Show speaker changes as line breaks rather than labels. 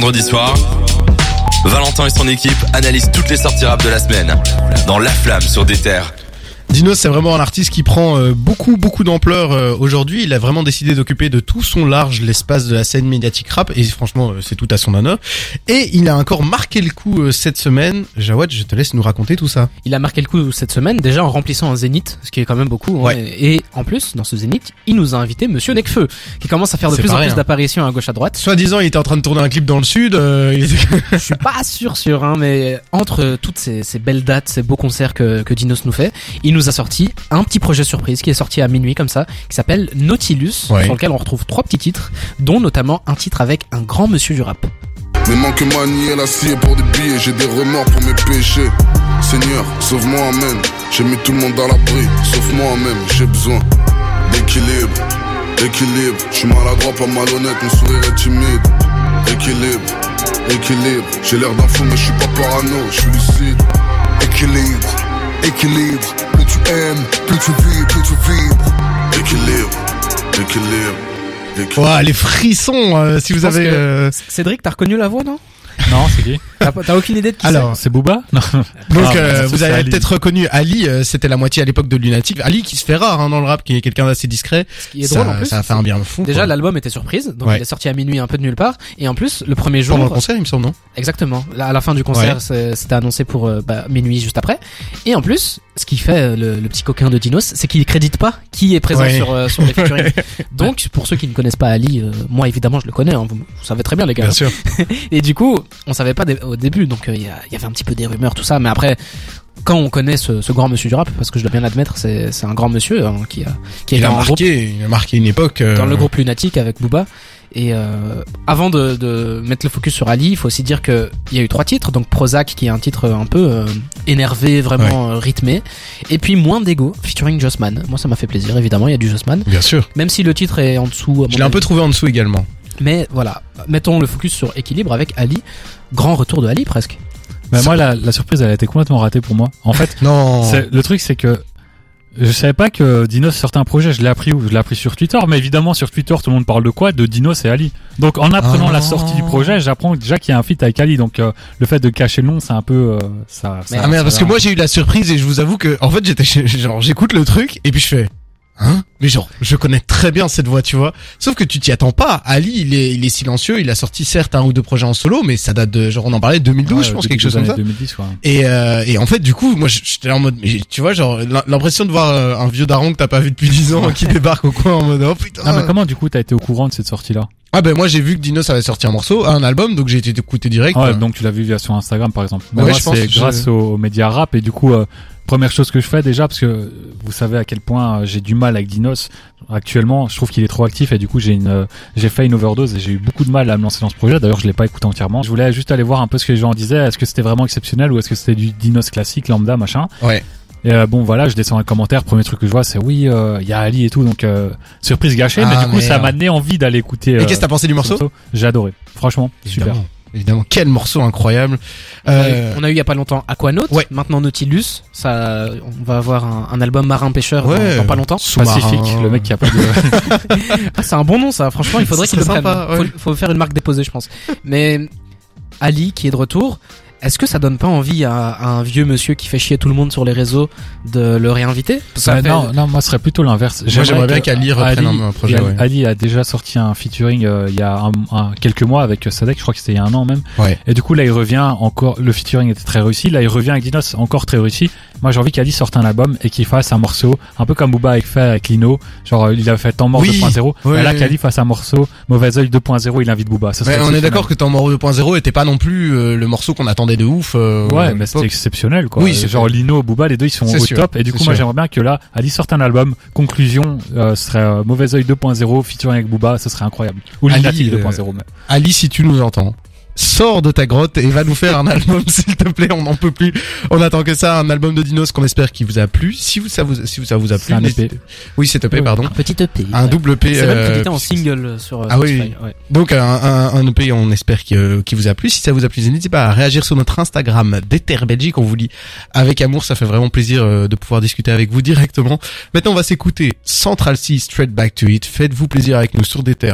Vendredi soir, Valentin et son équipe analysent toutes les sorties rap de la semaine dans La Flamme sur des terres.
Dino, c'est vraiment un artiste qui prend euh, beaucoup, beaucoup d'ampleur euh, aujourd'hui. Il a vraiment décidé d'occuper de tout son large l'espace de la scène médiatique rap. Et franchement, euh, c'est tout à son honneur. Et il a encore marqué le coup euh, cette semaine. Jawad, je te laisse nous raconter tout ça.
Il a marqué le coup cette semaine, déjà en remplissant un zénith, ce qui est quand même beaucoup. hein.
Ouais.
Et en plus, dans ce zénith, il nous a invité Monsieur Necfeu, qui commence à faire de
C'est
plus
pas
en
rien.
plus d'apparitions à gauche à droite.
Soi-disant, il était en train de tourner un clip dans le sud. euh, il était-
Je suis pas sûr sûr, hein, mais entre euh, toutes ces, ces belles dates, ces beaux concerts que, que Dinos nous fait, il nous a sorti un petit projet surprise qui est sorti à minuit comme ça, qui s'appelle Nautilus,
Ouais.
sur lequel on retrouve trois petits titres, dont notamment un titre avec un grand monsieur du rap.
Mes mains que manier la scie pour des billets, j'ai des remords pour mes péchés. Seigneur, sauve-moi, amen. J'ai mis tout le monde à l'abri, sauf moi-même, j'ai besoin d'équilibre, équilibre. Je suis maladroit, pas malhonnête, mon sourire est timide. Équilibre, équilibre. J'ai l'air d'un fou, mais je suis pas parano, je suis lucide. Équilibre, équilibre. Plus tu aimes, plus tu vis, plus tu vibres. Équilibre, équilibre, équilibre.
Ouah, les frissons, euh, si vous
pense
avez...
que-
euh,
Cédric, t'as reconnu la voix, non
Non, c'est qui
T'as pas- T'as aucune idée de qui
Alors,
C'est Booba Non.
donc
Ah,
euh,
ça,
vous
c'est
avez
Ali.
peut-être reconnu Ali, euh, c'était la moitié à l'époque de Lunatic. Ali qui se fait rare hein, dans le rap, qui est quelqu'un d'assez discret.
c'est Ce qui est
ça,
drôle en plus.
ça a fait un bien fou.
Déjà,
quoi.
l'album était surprise, donc
Ouais.
il est sorti à minuit un peu de nulle part. Et en plus, le premier jour,
Pendant le concert, il me semble, non
Exactement. Là, à la fin du concert, c'est- c'était annoncé pour euh, bah, minuit juste après. Et en plus, ce qui fait euh, le, le petit coquin de Dinos, c'est qu'il crédite pas qui est présent
Ouais.
sur, euh, sur les featuring. Donc, pour ceux qui ne connaissent pas Ali, euh, moi évidemment je le connais, hein, vous, vous savez très bien les gars.
sûr.
Et du coup, on savait pas dé- au début, donc euh, il y, a- il y avait un petit peu des rumeurs, tout ça. Mais après, quand on connaît ce, ce grand monsieur du rap, parce que je dois bien l'admettre, c'est c'est un grand monsieur hein, qui a qui est
Il a
dans le groupe-
marqué, il a marqué une époque. euh,
dans le groupe Lunatic avec Booba. Et euh, avant de, de mettre le focus sur Ali, il faut aussi dire que il y a eu trois titres. Donc Prozac, qui est un titre un peu euh, énervé, vraiment euh, rythmé. Et puis Moins d'ego, featuring Jossman. Moi, ça m'a fait plaisir, évidemment. Il y a du Jossman.
Bien sûr.
Même si le titre est en dessous. à
Je
mon
l'ai un
avis.
peu trouvé en dessous également.
Mais voilà, mettons le focus sur Équilibre avec Ali. Grand retour de Ali, presque.
Bah, moi, la, la surprise, elle a été complètement ratée pour moi. En fait,
Non.
c'est- le truc, c'est que je savais pas que Dinos sortait un projet. Je l'ai appris où Je l'ai appris sur Twitter. Mais évidemment, sur Twitter, tout le monde parle de quoi De Dinos et Ali. Donc, en apprenant
Ah.
la sortie du projet, j'apprends déjà qu'il y a un feat avec Ali. Donc, euh, le fait de cacher le nom, c'est un peu. euh, ça, ça-
Ah merde, parce
ça-
que moi j'ai eu la surprise et je vous avoue que en fait j'étais chez- genre j'écoute le truc et puis je fais hein mais genre je connais très bien cette voix tu vois sauf que tu t'y attends pas Ali il est il est silencieux il a sorti certes un ou deux projets en solo mais ça date de genre on en parlait de 2012
Ouais,
je pense
euh, début
quelque chose
des
comme ça
années 2010, ouais.
et euh, et en fait du coup moi j- j'étais en mode mais tu vois genre l'im- l'impression de voir euh, un vieux daron que t'as pas vu depuis 10 ans qui débarque au coin en mode oh putain
Ah, mais comment, du coup, t'as été au courant de cette sortie-là
ah ben moi j'ai vu que Dino ça avait sorti un morceau un album donc j'ai été écouté direct
Ouais, bah, donc tu l'as vu via sur Instagram par exemple. Mais
Ouais,
moi,
je pense
c'est
que je-
grâce aux, aux médias rap et du coup, euh, première chose que je fais déjà parce que vous savez à quel point euh, j'ai du mal avec Dinos actuellement. Je trouve qu'il est trop actif et du coup j'ai une, euh, j'ai fait une overdose et j'ai eu beaucoup de mal à me lancer dans ce projet. D'ailleurs, je l'ai pas écouté entièrement. Je voulais juste aller voir un peu ce que les gens disaient. Est-ce que c'était vraiment exceptionnel ou est-ce que c'était du Dinos classique lambda machin
Ouais.
Et euh, bon voilà, je descends les commentaires. Premier truc que je vois, c'est oui, euh, il y a Ali et tout, donc euh, surprise gâchée.
Ah,
mais du coup, ça
merde.
m'a donné envie d'aller écouter.
et
euh,
qu'est-ce que t'as pensé du
ce
morceau
J'ai adoré. Franchement, super.
Évidemment. Évidemment, quel morceau incroyable. Euh,
On a eu il y a pas longtemps Aquanaut,
Ouais.
maintenant Nautilus. Ça, on va avoir un, un album marin pêcheur dans-
Ouais.
dans, pas longtemps.
Sous-marin.
Pacifique, le mec qui a pas de.
Ah, c'est un bon nom ça, franchement, il faudrait
Ce
qu'il le
serait
prenne.
sympa, ouais.
faut, faut faire une marque déposée, je pense. Mais Ali qui est de retour, est-ce que ça donne pas envie à, à un vieux monsieur qui fait chier tout le monde sur les réseaux de le réinviter ça
Bah,
fait-
non, non, moi ce serait plutôt l'inverse.
j'aimerais bien qu'Ali reprenne
Ali-
un- un projet,
Ali,
ouais.
Ali a déjà sorti un featuring euh, il y a un- un- quelques mois avec euh, Sadek, je crois que c'était il y a un an même.
Ouais.
Et du coup là il revient encore. Le featuring était très réussi. Là il revient avec Dinos encore très réussi. Moi j'ai envie qu'Ali sorte un album et qu'il fasse un morceau un peu comme Booba avec fait avec Lino. Genre euh, il a fait Temps mort
Oui.
2.0.
Ouais,
Mais là
ouais.
qu'Ali fasse un morceau Mauvais œil 2.0, il invite Booba. Ce
Mais
serait
on est
exceptionnel.
d'accord que Temps mort 2.0 était pas non plus euh, le morceau qu'on attendait de ouf. euh, à
Ouais, mais c'était
l'époque.
exceptionnel quoi.
Oui, c'est
genre Lino, Booba, les deux ils sont
C'est
au
sûr,
top. Et
c'est
du coup, moi
sûr.
j'aimerais bien que là, Ali sorte un album. Conclusion euh, ce serait euh, Mauvais Oeil 2.0 featuring avec Booba, ce serait incroyable. Ou
Ali,
Lunatic
euh,
2.0. mais-
Ali, si tu nous entends. Sors de ta grotte et va nous faire un album, s'il te plaît. On n'en peut plus. On attend que ça, un album de Dinos qu'on espère qu'il vous a plu. Si vous, ça vous, si vous- ça vous a
C'est
plu.
un E
n'hésitez-
EP.
Oui, c'est EP,
Oui.
pardon.
Un petit EP.
Un
ouais.
double P.
C'est même
euh,
crédité en
puisque-
single sur euh,
Ah oui,
Spotify, ouais.
Donc un, un, un EP, on espère que- euh, qu'il vous a plu. Si ça vous a plu, n'hésitez pas à réagir sur notre Instagram d'Ether Belgique. On vous lit avec amour, ça fait vraiment plaisir euh, de pouvoir discuter avec vous directement. Maintenant, on va s'écouter Central C Straight Back to It. Faites-vous plaisir avec nous sur d'Ether.